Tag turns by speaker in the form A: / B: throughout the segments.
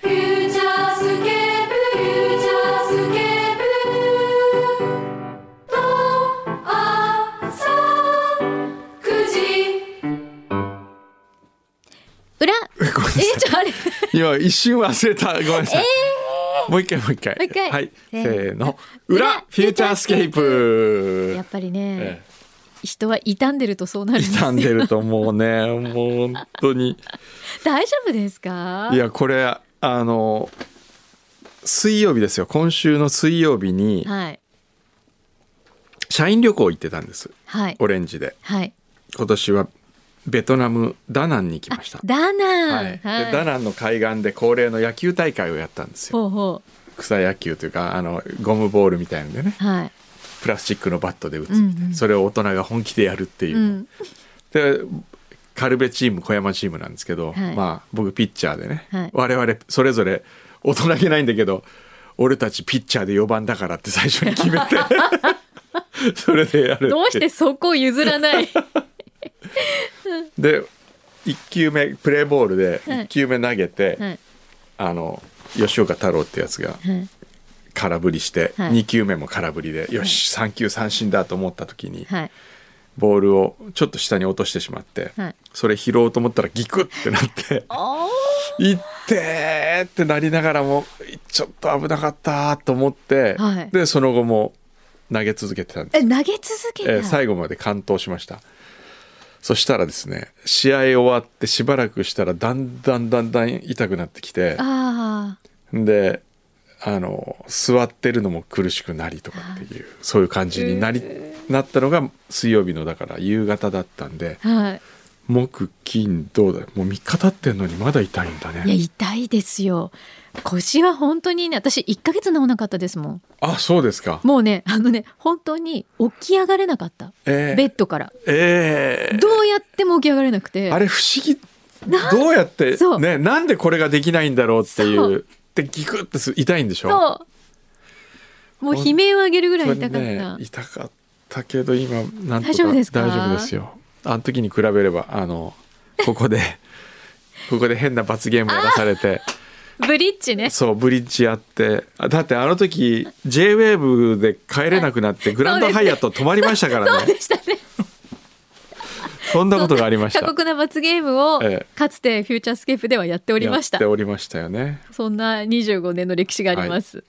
A: フューチャースケープフューチャースケープと朝9時
B: 裏
C: えごめんなさい
B: えちょあれも
C: 今一瞬忘れたごめんなさい、もう一回もう一回
B: う一回
C: はい
B: せ
C: せ
B: ー
C: ー
B: の
C: の
B: 裏
C: 裏フューチャースケープ
B: やっぱりね、
C: え
B: 人は傷んでるとそうなる
C: え
B: んです
C: 傷んでると思うねもう本当に
B: 大丈夫ですか
C: いやこれあの水曜日ですよ今週の水曜日に
B: はい
C: 社員旅行行ってたんです
B: はい
C: オレンジで
B: はい
C: 今年はベトナムダナンに行きました
B: ダナ
C: は
B: ン
C: い、でダナンの海岸で恒例の野球大会をやったんですよ
B: ほうほ
C: 草野球というかあのゴムボールみたいなんでね
B: うはい
C: プラスチックのバットで打つ、
B: うんうん
C: それを大人が本気でやるっていう、
B: うん
C: でカルベチーム小山チームなんですけど、
B: はい
C: まあ僕ピッチャーでね、
B: はい
C: 我々それぞれ大人げないんだけど俺たちピッチャーで4番だからって最初に決 めてそれでやるって
B: どうしてそこを譲ら ない
C: で1球目プレーボールで
B: はい
C: 1球目投げて、
B: はい
C: あの吉岡太郎ってやつが
B: はい
C: 空振りして、
B: はい
C: 2球目も空振りで、よし3球三振だと思った時に、
B: はい
C: ボールをちょっと下に落としてしまって、
B: はい
C: それ拾おうと思ったらギクってなって
B: おー
C: 「いってー!」ってなりながらもちょっと危なかったと思って、
B: はい
C: でその後も投げ続けてたんで
B: え
C: す、
B: 投げ続けた、
C: えー最後まで完投しましたそしたらですね試合終わってしばらくしたらだんだんだんだん痛くなってきて
B: あ
C: であの座ってるのも苦しくなりとかっていうそういう感じになり、なったのが水曜日のだから夕方だったんで
B: あはい
C: 木金どうだもう3日経ってんのにまだ痛いんだ
B: いや
C: ね
B: 痛いですよ腰は本当にね私1ヶ月治んなかったですもん
C: あそうですか
B: もうねあのね本当に起き上がれなかった
C: え
B: ベッドから
C: ええ
B: どうやっても起き上がれなくて
C: あれ不思議どうやって
B: そう
C: ねなんでこれができないんだろうってい
B: そう
C: うでギクッてす痛いんでしょ
B: そうもう悲鳴を上げるぐらい痛かった、
C: これね痛かったけど今なんとか
B: 大丈夫ですか
C: 大丈夫ですよあの時に比べればあのこ こでここで変な罰ゲームやらされて
B: ブリッジね
C: そうブリッジやってあだってあの時 JWAVE で帰れなく なってグランドハイアット泊まりましたから
B: そう
C: ね
B: でしたね
C: そんなことがありました
B: 過酷な罰ゲームを
C: ええ
B: かつてフューチャースケープではやっておりました
C: やっておりましたよね
B: そんな25年の歴史があります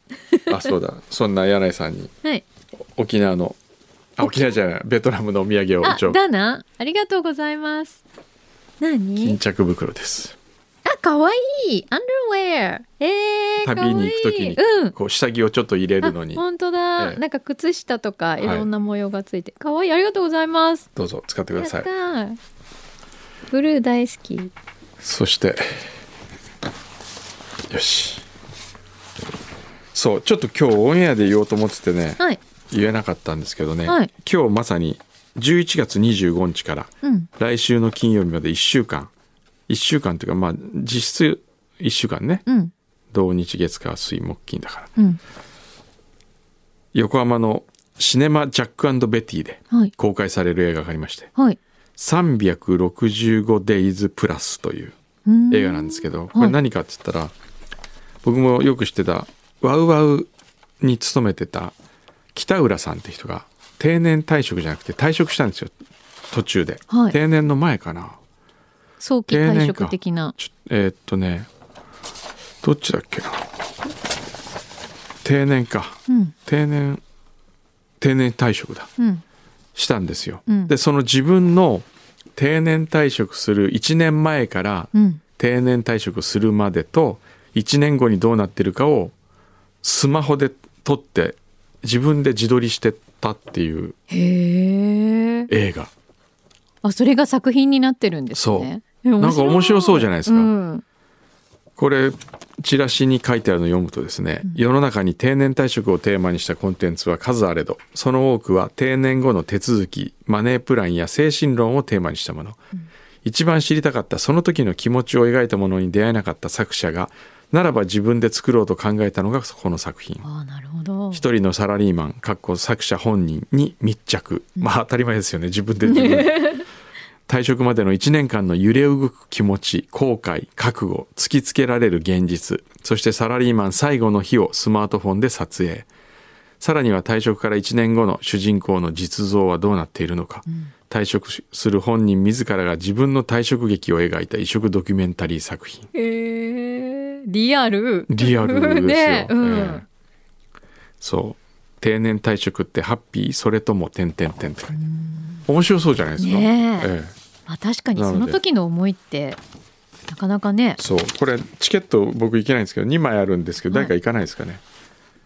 C: あそうだそんな柳井さんに
B: はい、
C: 沖縄のあ沖縄じゃないベトナムのお土産を一
B: あ
C: 応
B: ダナありがとうございます
C: 巾
B: 何
C: 着袋です
B: あ可愛いいアンダーウェアえー、
C: 旅に
B: 可
C: 行く時
B: 愛い
C: に
B: うん
C: こう下着をちょっと入れ
B: あ
C: るのに
B: 本当だ、
C: ええ
B: なんか靴下とか
C: い
B: いろんな模様がついて、可愛いいありがとうございます
C: どうぞ使ってく
B: や
C: だ
B: っ
C: さ
B: た
C: い
B: ーブルー大好き
C: そしてよしそうちょっと今日オンエアで言おうと思っててね
B: はい
C: 言えなかったんですけどね、
B: はい
C: 今日まさに11月25日から
B: うん
C: 来週の金曜日まで1週間1週間というかまあ実質1週間ね
B: うん
C: 土日月火水木金だから
B: うん
C: 横浜のシネマ・ジャックベティで
B: はい
C: 公開される映画がありまして
B: はい
C: 「365 days プラス」という
B: うん
C: 映画なんですけどこれ何かって言ったら僕もよく知ってたワウワウに勤めてた北浦さんって人が定年退職じゃなくて退職したんですよ途中で、
B: はい
C: 定年の前かな
B: 早期
C: 定
B: 退
C: 年
B: 職的な
C: ちょえーっとねどっちだっけな定年か、
B: うん
C: 定年定年退職だ
B: うん
C: したんですよ、
B: うん
C: でその自分の定年退職する1年前から
B: うん
C: 定年退職するまでと1年後にどうなってるかをスマホで撮って自分で自撮りしてたっていう
B: へえ
C: 映画
B: あそれが作品になってるんですね
C: なんか面白そうじ
B: ゃ
C: ゃないですか、
B: うん
C: これチラシに書いてあるのを読むとですね、世の中に定年退職をテーマにしたコンテンツは数あれどその多くは定年後の手続きマネープランや精神論をテーマにしたもの、一番知りたかったその時の気持ちを描いたものに出会えなかった作者がならば自分で作ろうと考えたのがこの作品
B: ああなるほど
C: 一人のサラリーマンかっこ作者本人に密着まあ当たり前ですよね自分で自分で退職までの1年間の揺れ動く気持ち後悔覚悟突きつけられる現実そしてサラリーマン最後の日をスマートフォンで撮影さらには退職から1年後の主人公の実像はどうなっているのか、退職する本人自らが自分の退職劇を描いた異色ドキュメンタリー作品
B: えー、リアル
C: リアルです よ。
B: ねう
C: え
B: ん
C: えそう定年退職ってハッピーそれとも点々点って書いてある面白そうじゃないですか。
B: ねえ
C: ええ
B: まあ、確かに
C: な
B: そ
C: ので
B: の時の思いってなかなかね
C: そうこれチケット僕行けないんですけど2枚あるんですけど
B: はい
C: 誰か行かないですかね、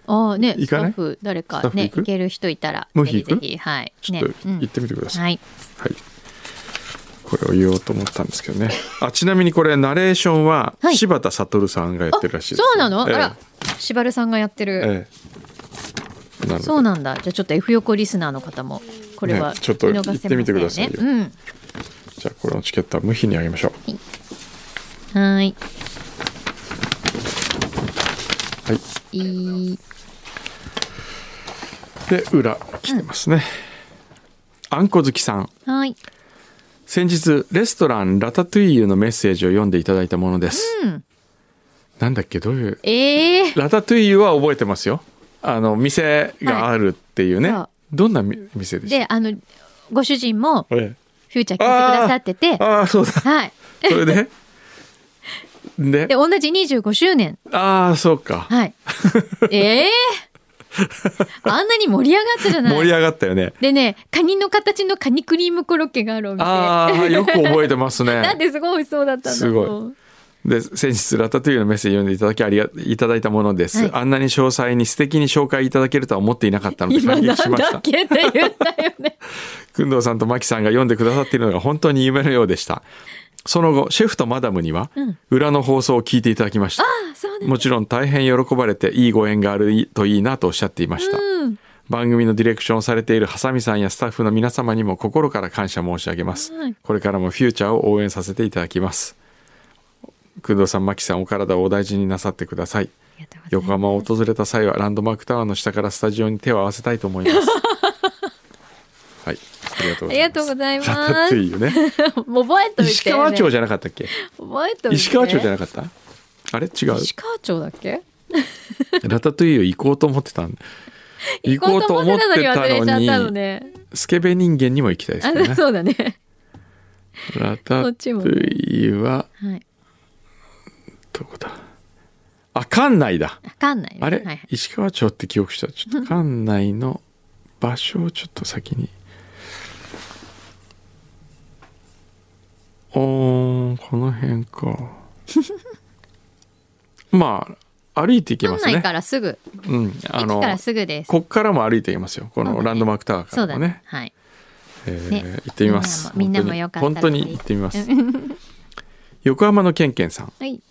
B: ああね
C: 行
B: スタ
C: かない
B: ッフ誰
C: スタッ
B: か
C: フ
B: ね
C: 行く
B: 行ける人いたら
C: もう
B: ぜひ
C: 行く
B: ぜひはい
C: ちょ
B: ね
C: っと
B: うん
C: 行ってみてください、
B: はい
C: はいこれを言おうと思ったんですけどねあちなみにこれナレーションは
B: はい
C: 柴田悟さんがやってるらしいで
B: そ
C: す、
B: うなの、
C: ええ
B: あらしばるさんがやってる、
C: ええなので
B: そうなんだじゃあちょっと F 横リスナーの方もこれは、
C: ねちょっと
B: 見逃せませんね
C: 行ってみてくださいよ
B: うんは
C: じゃあこれのチケットは無比にあげましょう
B: ーい
C: はい
B: いい
C: で裏来てますね、あんこ好きさん
B: はーい
C: 先日レストランラタトゥイユのメッセージを読んでいただいたものです、
B: うん
C: なんだっけどういう
B: えー、
C: ラタトゥイユは覚えてますよあの店があるっていうね、
B: はいそう
C: どんなみ店でし
B: であのご主人も
C: たえ
B: フューチャー聞いてくださってて
C: えああそうだ
B: はい
C: それで
B: で
C: で
B: 同じ25周年
C: ああそうか、
B: はいええあんなに盛り上がったじゃない
C: 盛り上がったよね
B: でねカニの形のカニクリームコロッケがあるお店
C: ああよく覚えてますね
B: なんですごい美味しそうだったんだ
C: すごい
B: うん
C: で先日ラタトゥイユのメッセージを読んでいただきありがいただいたものです、
B: はい
C: あんなに詳細に素敵に紹介いただけるとは思っていなかったので
B: 今
C: 感
B: なん
C: 激しまし
B: だ
C: た
B: っけって言ったよね
C: 工藤さんとマキさんが読んでくださっているのが本当に夢のようでしたその後シェフとマダムには
B: ん
C: 裏の放送を聞いていただきました、
B: あそうなんだ
C: もちろん大変喜ばれていいご縁があるといいなとおっしゃっていました、
B: うん
C: 番組のディレクションをされているハサミさんやスタッフの皆様にも心から感謝申し上げます、
B: はい
C: これからもフューチャーを応援させていただきます工藤さんマキさんお体をお大事になさってください
B: ありがとうございます
C: 横浜を訪れた際はランドマークタワーの下からスタジオに手を合わせたいと思います はいありがとうござ
B: あ
C: います
B: りがとうございます
C: ラタトゥイユね
B: もう覚えといて、ね、
C: 石川町じゃなかったっけ
B: 覚えといて
C: 石川町じゃ
B: な
C: なかったあれ違う
B: 石川町だっけ
C: ラタトゥイユ行こうと思ってたん行こうと思ってた
B: 行こうと思ってたの
C: の
B: に忘れちゃったの
C: に
B: ね
C: スケベ人間にも行きたいです
B: あ
C: よね
B: そうだね
C: ラタトゥイユは
B: はい
C: どこだあ館内だ
B: わかんないね
C: あれ、
B: はいはい
C: 石川町って記憶したちょっと館内の場所をちょっと先におーこの 辺かまあ歩いていけます
B: 館内
C: ね
B: からすぐ
C: うんあ
B: 駅から
C: の
B: すぐです
C: こっからも歩いていけますよ
B: そ
C: こ
B: うだ
C: の
B: ね
C: ランドマークタワーか
B: そう
C: ら
B: だ
C: も
B: ね
C: ね
B: はい
C: えー
B: ね
C: 行ってみます
B: みんなもみんなもよかったら
C: 本当に本当に行ってみます横浜のけんけんさん
B: はい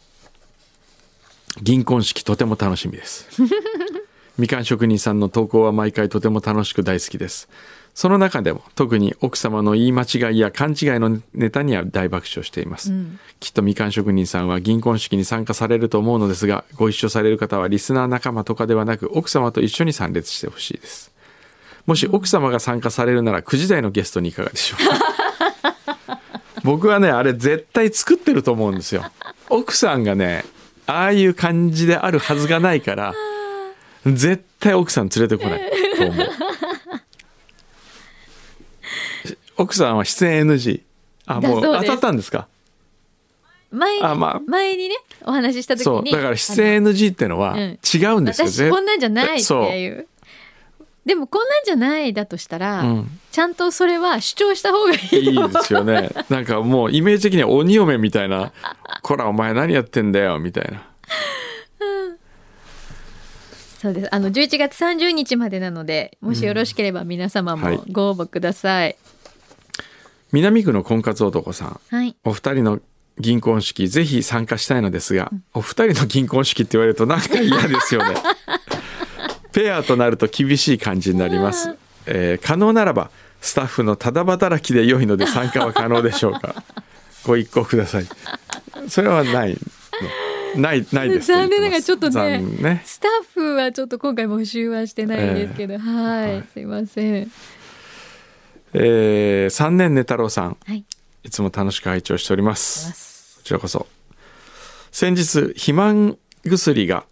C: 銀婚式とても楽しみです みかん職人さんの投稿は毎回とても楽しく大好きですその中でも特に奥様の言い間違いや勘違いのネタには大爆笑しています、きっとみかん職人さんは銀婚式に参加されると思うのですがご一緒される方はリスナー仲間とかではなく奥様と一緒に参列してほしいですもし奥様が参加されるなら9時台のゲストにいかがでしょうか 僕はねあれ絶対作ってると思うんですよ奥さんがねああいう感じであるはずがないから絶対奥さん連れてこないと思う奥さんは出演 NG あもう
B: だそう
C: 当
B: です
C: たったんですか
B: 前に
C: あまあ
B: 前にねお話しした時
C: そう
B: に
C: だから出演 NG ってのは
B: あの
C: 違うんですよ、
B: 私こんなんじゃないって
C: そう
B: いうでもこんなんじゃないだとしたら、
C: うん
B: ちゃんとそれは主張した方がいい
C: いいですよねなんかもうイメージ的には鬼嫁みたいな「こらお前何やってんだよ」みたいな
B: そうですあの11月30日までなのでもしよろしければ皆様
C: うんはい
B: もご応募ください、
C: 南区の婚活男さん
B: はい
C: お二人の銀婚式ぜひ参加したいのですが、お二人の銀婚式って言われるとなんか嫌ですよ ねペアとなると厳しい感じになります、えー可能ならばスタッフのただ働きで良いので参加は可能でしょう かご一行くださいそれはないのないないですと言
B: 残
C: って
B: 念なが
C: ます
B: らちょっとね
C: 残念ね
B: スタッフはちょっと今回募集はしてないんですけど、はい、
C: はい
B: すいません
C: えー、3年寝太郎さん
B: はい
C: いつも楽しく拝聴しておりま
B: ますす
C: こちらこそ先日肥満薬が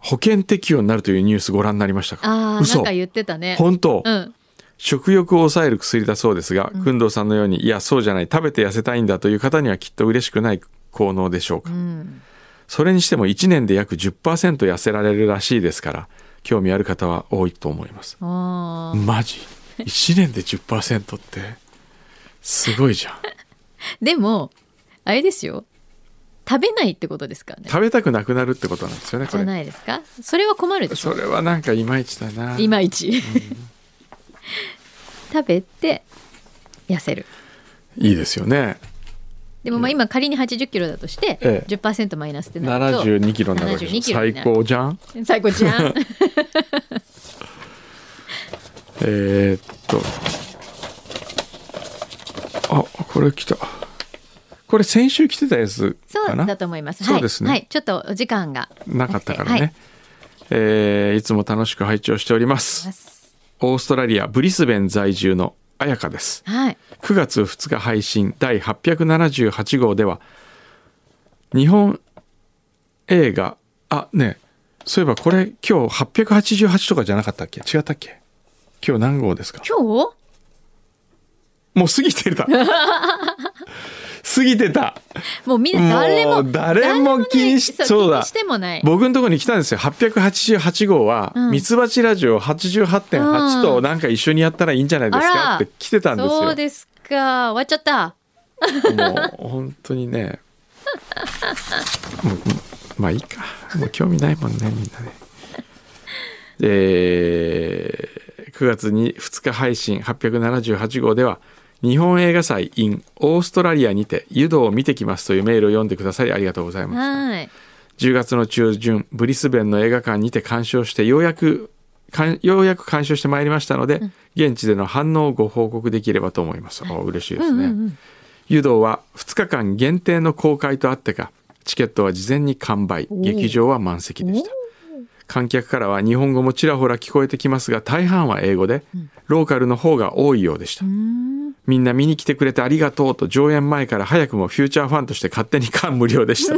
C: 保険適用になるというニュースご覧になりました
B: あ
C: か
B: あなん
C: 嘘
B: か言ってたね
C: 本当、
B: うん
C: 食欲を抑える薬だそうですが、工藤さんのようにいやそうじゃない食べて痩せたいんだという方にはきっと嬉しくない効能でしょうか、
B: うん
C: それにしても1年で約10%痩せられるらしいですから興味ある方は多いと思います
B: あー
C: マジ1年で10%ってすごいじゃん
B: でもあれですよ食べないってことですからね
C: 食べたくなくなるってことなんですよねこ
B: じゃ
C: れ
B: ないですかそれは困るでしょ
C: それはなんかいまいちだない
B: まいち食べて痩せる
C: いいですよね
B: でもまあ今仮に8 0キロだとして
C: ええ
B: 10%マイナスってなると
C: 72キロになるわけ
B: 72
C: でし
B: キ
C: ょ
B: ロに
C: 最
B: なる
C: 高じゃん
B: 最高じゃん
C: えーっとあこれ来たこれ先週来てたやつ
B: そ
C: か
B: う
C: な
B: だと思います
C: そうですね
B: はいはい、ちょっとお時間が
C: なかったから
B: は
C: ね、
B: い
C: えーいつも楽しく拝聴しておりますオーストラリアブリスベン在住の彩香です
B: はい
C: 9月2日配信第878号では日本映画あねえそういえばこれ今日888とかじゃなかったっけ違ったっけ今日何号ですか
B: 今日
C: もう過ぎ てた過ぎてた
B: もうみんな誰も
C: もう誰も
B: ね
C: 気にし
B: そう
C: そうだ
B: 気にしてもない
C: 僕のところに来たんですよ888号は
B: うん
C: ミツバチラジオ88.8となんか一緒にやったらいいんじゃないですか
B: あ
C: っ
B: ら
C: て来てたんですよ
B: そうですか終わっちゃった
C: もう本当にねもうまあいいかもう興味ないもんねみんなねえー9月に2日配信878号では日本映画祭 in オーストラリアにて湯道を見てきますというメールを読んでくださりありがとうございます
B: はい
C: 10月の中旬ブリスベンの映画館にて鑑賞してようやくかんようやく鑑賞してまいりましたので、現地での反応をご報告できればと思います。お嬉しいですね。湯道は2日間限定の公開とあってかチケットは事前に完売劇場は満席でした観客からは日本語もちらほら聞こえてきますが大半は英語で、ローカルの方が多いようでしたみんな見に来てくれてありがとうと上演前から早くもフューチャーファンとして勝手に感無量でした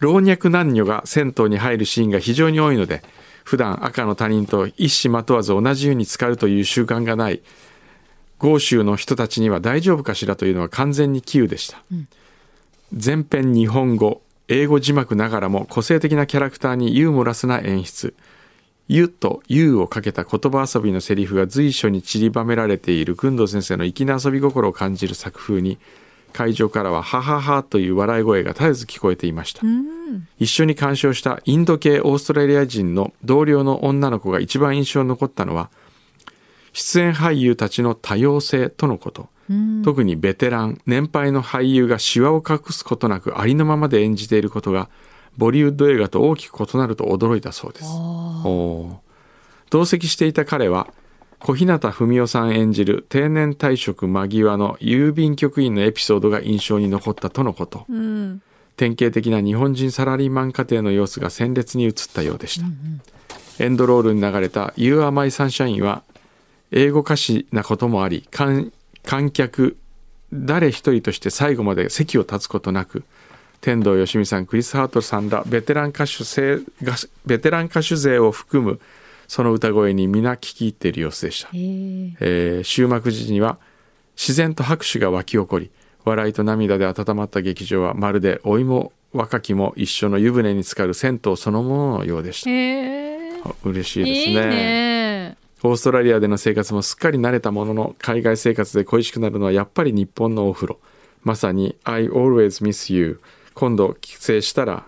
C: 老若男女が銭湯に入るシーンが非常に多いので普段赤の他人と一糸まとわず同じ湯に浸かるという習慣がない豪州の人たちには大丈夫かしらというのは完全に杞憂でした、全編日本語英語字幕ながらも個性的なキャラクターにユーモラスな演出「ゆ」と「ゆ」をかけた言葉遊びのセリフが随所に散りばめられている薫堂先生の粋な遊び心を感じる作風に会場からは「ははは」という笑い声が絶えず聞こえていました、一緒に鑑賞したインド系オーストラリア人の同僚の女の子が一番印象に残ったのは出演俳優たちの多様性とのこと、特にベテラン年配の俳優がシワを隠すことなくありのままで演じていることがボリウッド映画と大きく異なると驚いたそうですおー同席していた彼は小日向文世さん演じる定年退職間際の郵便局員のエピソードが印象に残ったとのこと、典型的な日本人サラリーマン家庭の様子が鮮烈に映ったようでした、エンドロールに流れた「You Are My Sunshine」は英語歌詞なこともあり観観客誰一人として最後まで席を立つことなく天童よしみさんクリス・ハートさんらベテラン歌手勢がベテラン歌手勢を含むその歌声に皆聞き入っている様子でした
B: えー
C: えー終幕時には自然と拍手が湧き起こり笑いと涙で温まった劇場はまるで老いも若きも一緒の湯船に浸かる銭湯そのもののようでした
B: え
C: あ嬉し
B: ー
C: いです
B: い
C: ね
B: いね
C: オーストラリアでの生活もすっかり慣れたものの海外生活で恋しくなるのはやっぱり日本のお風呂まさに「I always miss you」今度帰省したら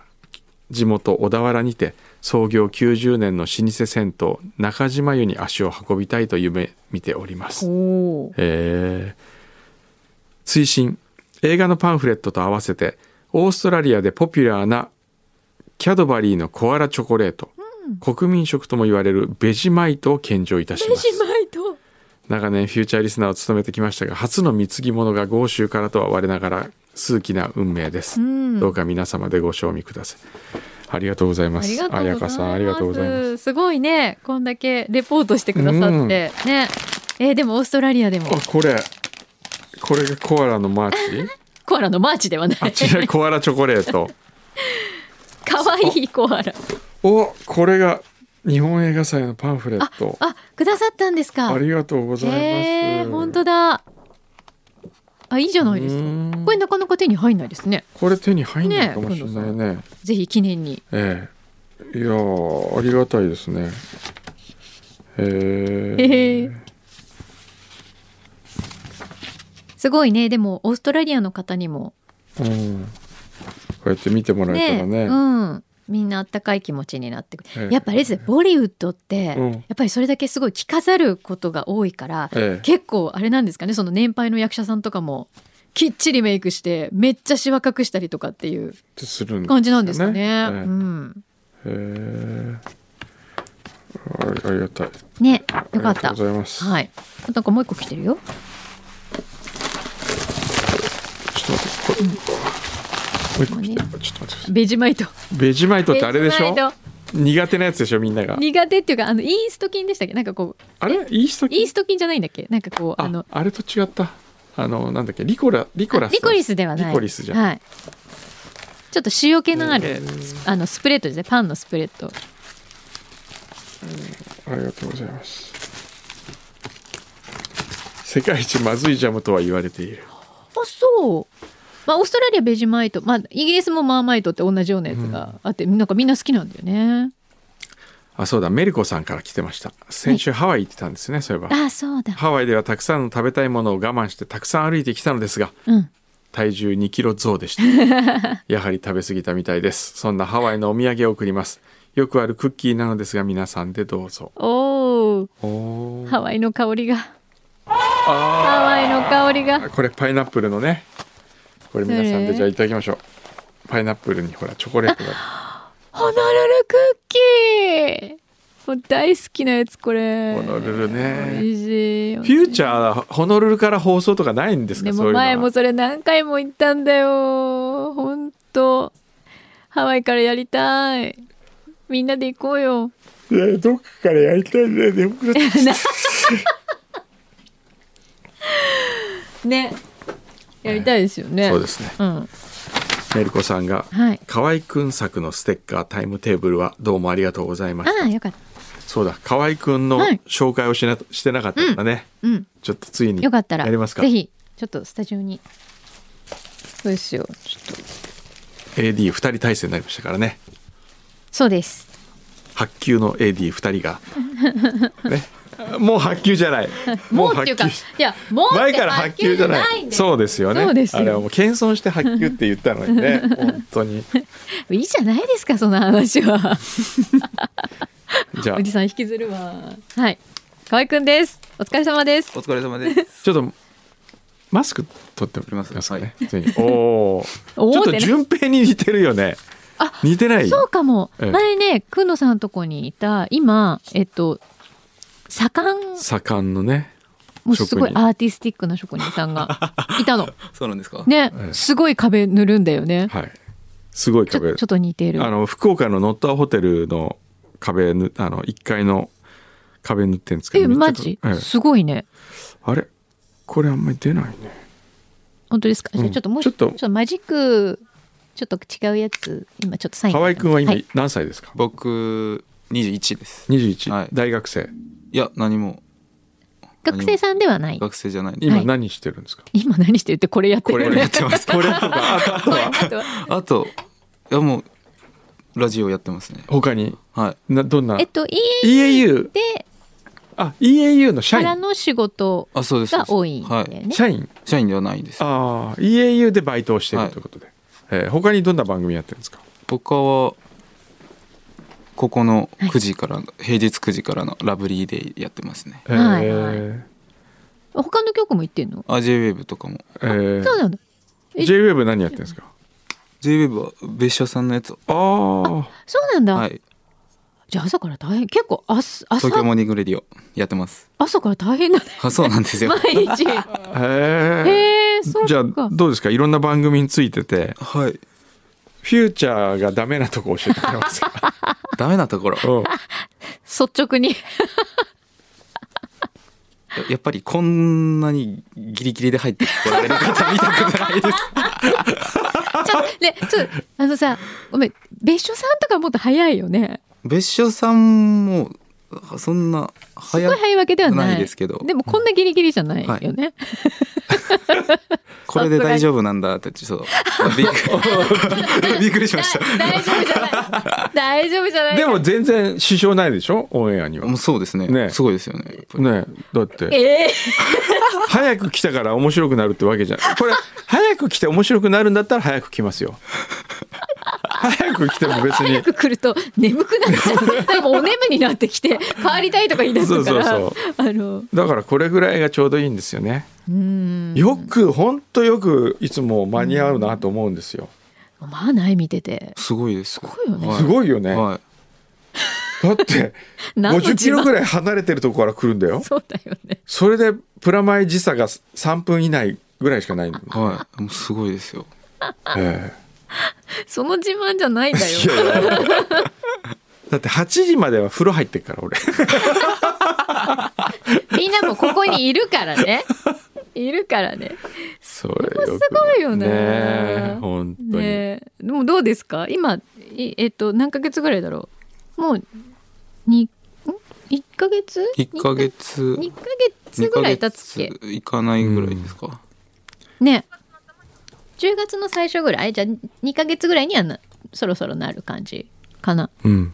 C: 地元小田原にて創業90年の老舗銭湯中島湯に足を運びたいと夢見ております
B: おお
C: えー追伸映画のパンフレットと合わせてオーストラリアでポピュラーなキャドバリーのコアラチョコレート、国民食とも言われるベジマイトを献上いたします
B: ないと
C: 長年フューチャーリスナーを務めてきましたが初の貢ぎ物が豪州からとは我ながら数奇な運命です、
B: ん
C: どうか皆様でご賞味くださいありがとうございま
B: あり
C: す
B: がとうございます
C: 彩香さんありがとうございます
B: すごいねこんだけレポートしてくださって、
C: うん
B: ねえーでもオーストラリアでも
C: あこれこれがコアラのマーチ
B: コアラのマーチではない
C: あ 違うコアラチョコレート
B: 可愛いコアラ
C: おこれが日本映画祭のパンフレット
B: あくださったんですか
C: ありがとうございます、
B: えー本当だあいいじゃないです
C: うー
B: か
C: ん
B: これなかなか手に入んないですね
C: これ手に入んないかもしれないね
B: ぜひ記念に
C: ええいやーありがたいですねえー
B: へえすごいねでもオーストラリアの方にも
C: うん、こうやって見てもらえたらね
B: うん、みんなあったかい気持ちになってくる、
C: ええ
B: やっぱあれですねボリウッドって、
C: うん
B: やっぱりそれだけすごい着飾ることが多いから、
C: ええ
B: 結構あれなんですかねその年配の役者さんとかもきっちりメイクしてめっちゃシワ隠したりとかっていう
C: ってするんですよね
B: 感じなんですかね。
C: ええ
B: うん、
C: へえあありがたい
B: ねよか
C: あ
B: っ
C: りがと
B: た
C: うご。ざいます、
B: はい。あなんかもう一個来てるよ。
C: ちょっと待ってこれ、もう一個来てちょっと待ってくださ
B: ベジマイト。
C: いベジマイトってあれでし
B: ベ
C: ょ
B: ジマイト
C: 苦手なやつでしょみんなが
B: 苦手っていうかあのイースト菌でしたっけなんかこう
C: あれイースト
B: イースト菌じゃないんだっけなんかこう
C: あ
B: あの
C: あれと違ったあのなんだっけリコラリコラス
B: リコリスではない
C: リコリスじゃん、
B: はい、ちょっと塩気のあ
C: え
B: る
C: ー
B: スあのスプレッドですねパンのスプレッド
C: ありがとうございます世界一まずいジャムとは言われている
B: あそうまあオーストラリアベジマイト、まあ、イギリスもマーマイトって同じようなやつがあって、なんかみんな好きなんだよね
C: あそうだメルコさんから来てました先週ハワイ行ってたんですねそういえば
B: あそうだ
C: ハワイではたくさんの食べたいものを我慢してたくさん歩いてきたのですが
B: うん
C: 体重2キロ増でした やはり食べ過ぎたみたいですそんなハワイのお土産を送りますよくあるクッキーなのですが皆さんでどうぞ
B: おー
C: お
B: ハワイの香りがハワイの香りが
C: これパイナップルのねこれ皆さ
B: ど
C: んで
B: れ
C: じゃあいただきましょうパイナップルにほらチョコレートが
B: ホノルルクッキーもう大好きなやつこれ
C: ホノルル
B: 美
C: ね
B: 味しい
C: フューチャーホノルルから放送とかないんですか
B: で
C: そうい
B: も
C: うのは
B: 前もそれ何回も言ったんだよ本当ハワイからやりたいみんなで行こう よ
C: いやどっかからやりたいんだよ眠くなってきた
B: ねやりたいですよね、
C: そうですね
B: うん
C: メルコさんが
B: はい
C: 河合くん作のステッカータイムテーブルはどうもありがとうございまし
B: ああよかった
C: そうだ河合くんの
B: はい
C: 紹介をしなしてなかったんだね、
B: たうん
C: ちょっとついに
B: よかったら
C: やりますか
B: ぜひちょっとスタジオにそうですよちょっと
C: AD2 人体制になりましたからね
B: そうです
C: 発球の AD2 人がねもう発球じゃない
B: もうっていうかい
C: 発球
B: やもうって
C: 前から発球じゃない
B: 発球じゃないんだよ
C: そうですよね
B: そうですよ
C: あれはもう謙遜して発球って言ったの にね本当に
B: いいじゃないですかその話は
C: じゃあ
B: おじさん引きずるわはい河合くんですお疲れ様です
D: お疲れ様です。
C: ちょっとマスク取ってもらえますかね。ついにおお。ち
B: お
C: ょ
B: ー
C: っ
B: って
C: と
B: ね
C: 順平に似てるよね。
B: あ
C: 似てない。
B: そうかも、
C: ええ
B: 前ねくんのさんのとこにいた今えっと盛ん
C: 盛んのね。
B: もうすごい
C: 職人
B: アーティスティックな職人さん がいたの
D: そうなんですか。
B: ね、
C: ええ
B: すごい壁塗るんだよね、
C: はい。すごい
B: ちょ
C: 壁。
B: ちょっと似てる
C: あの福岡のノッターホテルの壁ぬあの一階の壁塗ってんですけど。
B: え
C: めっちゃ
B: マジ、
C: ええ
B: すごいね
C: あれこれあんまり出ないね。
B: 本当ですか、じゃあちょっともう
C: ちょっと
B: ちょっとマジックちょっと違うやつ今ちょっとサイン
C: 河合くんは今
B: い
C: 何歳ですか。
D: 僕二十一です。
C: 二十一
D: はい。
C: 大学生。
D: いや何も
B: 学生さんではない
D: 学生じゃない。
C: 今
B: はい
C: 何してるんですか。
B: 今何してるってこれやって
D: こ
B: る
D: れやってます。
C: これとかあとあとは
B: あとは
D: あといやもうラジオやってますね。
C: 他に
D: はい。
C: などんな
B: えっ。と E
C: EAU
B: で
C: あ EAU の社
B: から
C: 員
B: の仕事
D: あそうです。
B: が多いんだ
D: は
B: よね
D: い。
C: 社員
D: 社員ではないです。
C: ああ EAU でバイトをしているということで、えー他にどんな番組やってるんですか
D: 他はここの
B: はい
D: 9時から、平日9時からのラブリーデイやってますね。
B: はい
C: え
B: 他の曲も言ってんの
D: アジェウェブとかも
C: ーえー
B: そうなんだ。え
C: JWAVE 何やってるんですか
D: JWAVE は別所さんのやつを
C: あー
B: そうなんだ、
D: はい
B: じゃあ朝から大変結構朝朝
D: 東京モーニングレディオやって ます
B: 朝から大変だね
D: あそうなんですよ
B: 毎日
C: へえ
B: へえそうか
C: じゃあどうですかいろんな番組についてて
D: はい
C: フューチャーがダメなとこ教えてくれま すか
D: ダメなところ
C: うん
B: 率直に
D: ややっぱりこんなにギリギリで入ってこられる方見たくないで す
B: ちょっとねちょっとあのさごめん別所さんとかもっと早いよね
D: 別所さんもそんな
B: す
D: 早
B: ごい早いわけではない
D: ないですけど
B: でもこんなギリギリじゃないよね、
D: これで大丈夫なんだって そうびっくびっくり しました
B: 大丈夫じゃない大丈夫じゃない
C: でも全然支障ないでしょオンエアには
D: もうそうですね
C: ね
D: すごいですよねやっぱり
C: ねだって
B: ええ
C: 早く来たから面白くなるってわけじゃんこれ早く来て面白くなるんだったら早く 来ますよ早く来ても別に
B: 早く来ると眠くなっちゃうでもうお眠になってきて帰りたいとか言い出すから
C: そうそう
B: あの
C: だからこれぐらいがちょうどいいんですよね
B: うん
C: よくほんとよくいつも間に合うなと思うんですよ
B: まあない見てて
D: すごいですす
B: ごいよね
C: すごいよね
D: はい
C: だって
B: 何の
C: 50キ
B: 自
C: ロぐ
B: 慢
C: らい離れてるとこから来るんだよ
B: そうだよね
C: それでプラマイ時差が3分以内ぐらいしかないんだもん
D: はいもうすごいですよ
C: え
B: その自慢じゃないんだ
C: え
B: よ
C: いやいやだって8時までは風呂入って っから俺
B: みんなもここにいるから ねいるからね
C: それ
B: これすごいよね
C: ねえ本当に、
B: ねえでもどうですか今いえっと何ヶ月ぐらいだろうもうにん1ヶ月
D: 1ヶ月
B: 2ヶ月ぐらい経つっけ
D: 二ヶ月いかないぐらいですか
B: ね10月の最初ぐらいじゃあ2ヶ月ぐらいにはなそろそろなる感じかな
C: うん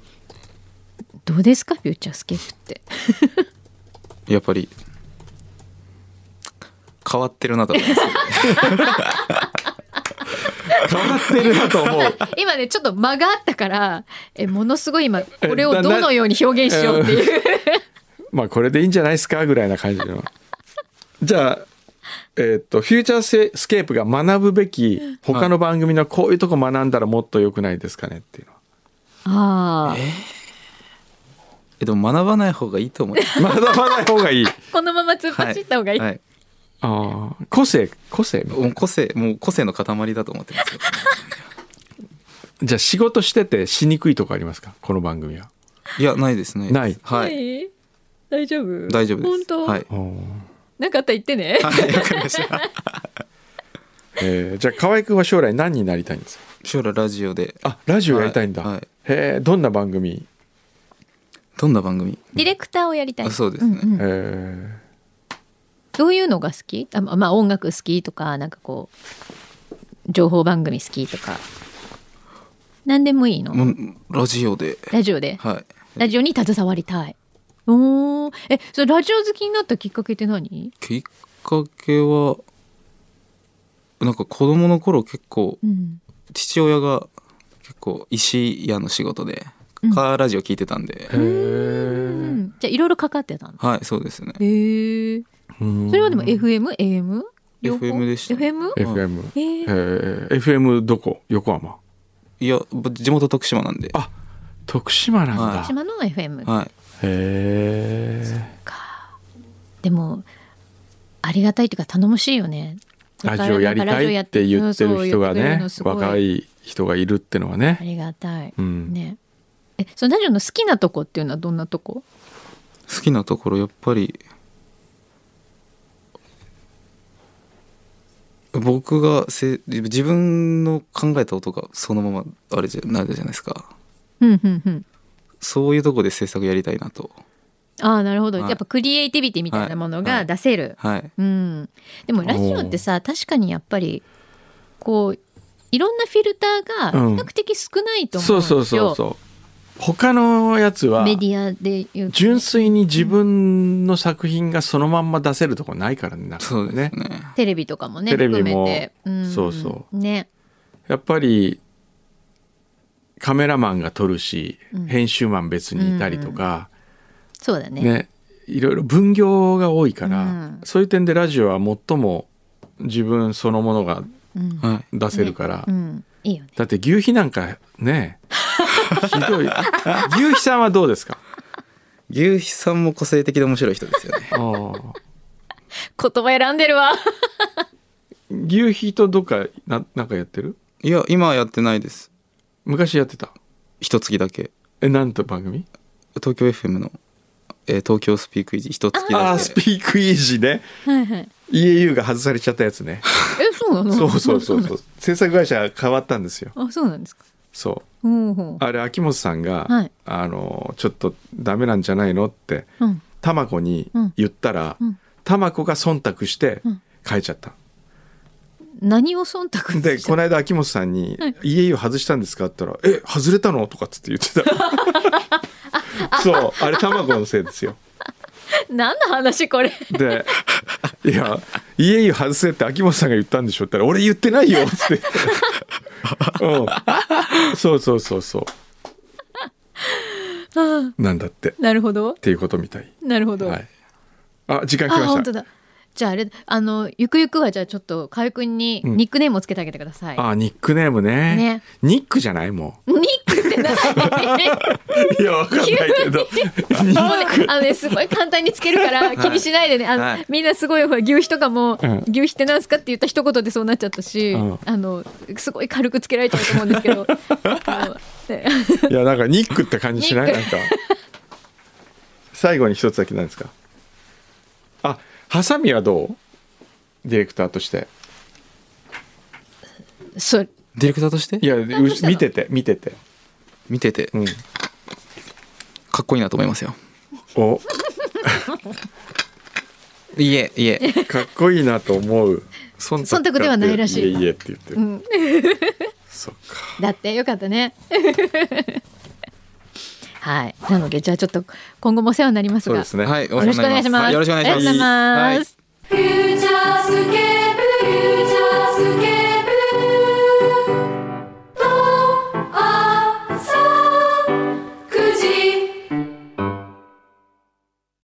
B: どうですかフューチャースケープって
D: やっぱり変わってるなと思います
C: 変わってるなと思う
B: 今ねちょっと間があったからえものすごい今これをどのように表現しようっていう
C: まあこれでいいんじゃないですかぐらいな感じのじゃあえっとフューチャーセスケープが学ぶべき他の番組のこういうとこ学んだらもっと良くないですかねっていうの は
B: ああ
D: えでも学ばない方がいいと思います
C: 学ばない方がいい
B: このまま突っ走った方がいい、
D: はい
C: ああ個性個性みたい
D: もう個性もう個性の塊だと思ってます よ
C: じゃあ仕事しててしにくいとこありますかこの番組はい
D: やないですね
C: ない
D: はい、
B: い大丈夫
D: 大丈夫です
B: 本当、
D: はい、
B: なんかあったら言ってね
D: はい、わかりました
C: えーじゃあ河合くんは将来何になりたいんですか
D: 将来ラジオで
C: あラジオやりたいんだ、
D: はいはい
C: へえどんな番組
D: どんな番組
B: ディレクターをやりたい
D: あそうですね
B: んうん
C: えー
B: どういうのが好きあままあ音楽好きとかなんかこう情報番組好きとか何でもいいの、
D: もうラジオで
B: ラジオで、
D: はい
B: ラジオに携わりたいおーえそれラジオ好きになったきっかけって何
D: きっかけはなんか子供の頃結構
B: うん
D: 父親が結構石屋の仕事で
B: うん
D: カーラジオ聞いてたんで、
C: へ
B: う
C: ー
B: んじゃあいろいろかかってたんだ
D: はいそうですね
B: へえ
C: うん
B: それはでも FMAM?
D: FM でした
B: FM?
C: FM
B: え
C: え
B: ー
C: ー FM どこ横浜
D: いや地元徳島なんで
C: あ徳島なんだ、
D: はい
B: 島の FM
D: はい
C: へえ
B: でもありがたいというか頼もしいよね
C: ラジオやりたいって言ってる人がね若
B: い
C: い人がいるってのはね
B: ありがたい、
C: うん
B: ねえそのラジオの好きなとこっていうのはどんなとこ
D: 好きなところやっぱり僕がせ自分の考えた音がそのままあれじゃなるじゃないですか
B: うんうんうん
D: そういうとこで制作やりたいなと
B: ああなるほど、
D: はい
B: やっぱクリエイティビティみたいなものが出せる、
D: はい
B: うん、でもラジオってさ確かにやっぱりこういろんなフィルター
C: う
B: が
C: ん
B: 比較的少ないと思
C: そううん
B: ですよ、
C: そうそうそう他のやつは
B: メディアで言うと
C: 純粋に自分の作品がそのまんま出せるとこないからねなんか
D: そうですね
B: テレビとかもね
C: テレビ
B: 含
C: も
B: めて、ん
C: そうそ
B: ね
C: やっぱりカメラマンが撮るし、
B: うん
C: 編集マン別にいたりとか、
B: そうだね
C: ねいろいろ分業が多いから、
B: うん
C: そういう点でラジオは最も自分そのものが
B: うん
D: はい
C: 出せるから、
B: うん、いいよね
C: だって牛皮なんかねひ どい牛皮さんはどうですか
D: 牛肥さんも個性的で面白い人ですよ ね
C: あー
B: 言葉選んでるわ
C: 牛皮とどっかななんかやってる
D: いや今はやってないです
C: 昔やってた
D: 一月だけ
C: えなんと番組
D: 東京 FM の、えー東京スピークイージー一月
C: あ
D: だ
C: あ
D: け
C: スピークイージーね
B: はいはい
C: EAU が外されちゃったやつね
B: えそうなの
C: そうそうそうそう制作会社変わったんですよ
B: あそうなんですか
C: そう
B: ほうほう
C: あれ秋元さんが、
B: はい
C: あのちょっとダメなんじゃないのって
B: うん
C: 玉子に言ったら、
B: うんうん
C: 玉子が忖度して
B: うん
C: 変えちゃった、
B: 何を忖度した
C: でこの間秋元さんに「EAU 外したんですか?」って言ったら「え外れたの?」とかっつって言ってたそうあれ玉子のせいですよ
B: 何の話これ
C: で「いや EAU 外せ」って秋元さんが言ったんでしょって言ったら「俺言ってないよ」っつって言ってうん、そうそうそうそうなんだってっ
B: なるほど
C: ていうことみたい
B: なるほど、
C: はい。あ、時間来
B: あ
C: ま
B: 本
C: し
B: 当
C: た。
B: だじゃああれあのゆくゆくはじゃあちょっとかゆくんに
C: ん
B: ニックネームをつけてあげてください、
C: あニックネームね
B: ね
C: ニックじゃないも
B: ニックって何
C: う。いや、わかんないけど。
B: もうねあのね、すごい簡単につけるから気にしないでね、あの
D: はい
B: みんなすごいほら牛皮とかも、
C: うん
B: 牛皮ってなんすかって言った一言でそうなっちゃったし、
C: うん
B: あのすごい軽くつけられちゃうと思うんですけ どあのね
C: いや、なんかニックって感じしない
B: ニ
C: なんか。最後に一つだけなんですか。あ、ハサミはどうディレクターとして。
B: そう
D: ディレクターとして
C: いや、う見てて、見てて。
D: 見てて
C: うん。
D: かっこいいなと思いますよ
C: お、
D: いえいえ
C: かっこいいなと思う。忖
B: 忖度ではないらしい
C: いえいえって言ってる。
B: ん
C: そっか。
B: だってよかったね はいなのでじゃあちょっと今後もお世話になります
C: そう
B: が
C: ですね。
D: はい
B: よろしくお願いします、
D: はいよろしくお願いします
B: ありがとうご
D: はい
B: ざいます、
A: フューチャースケ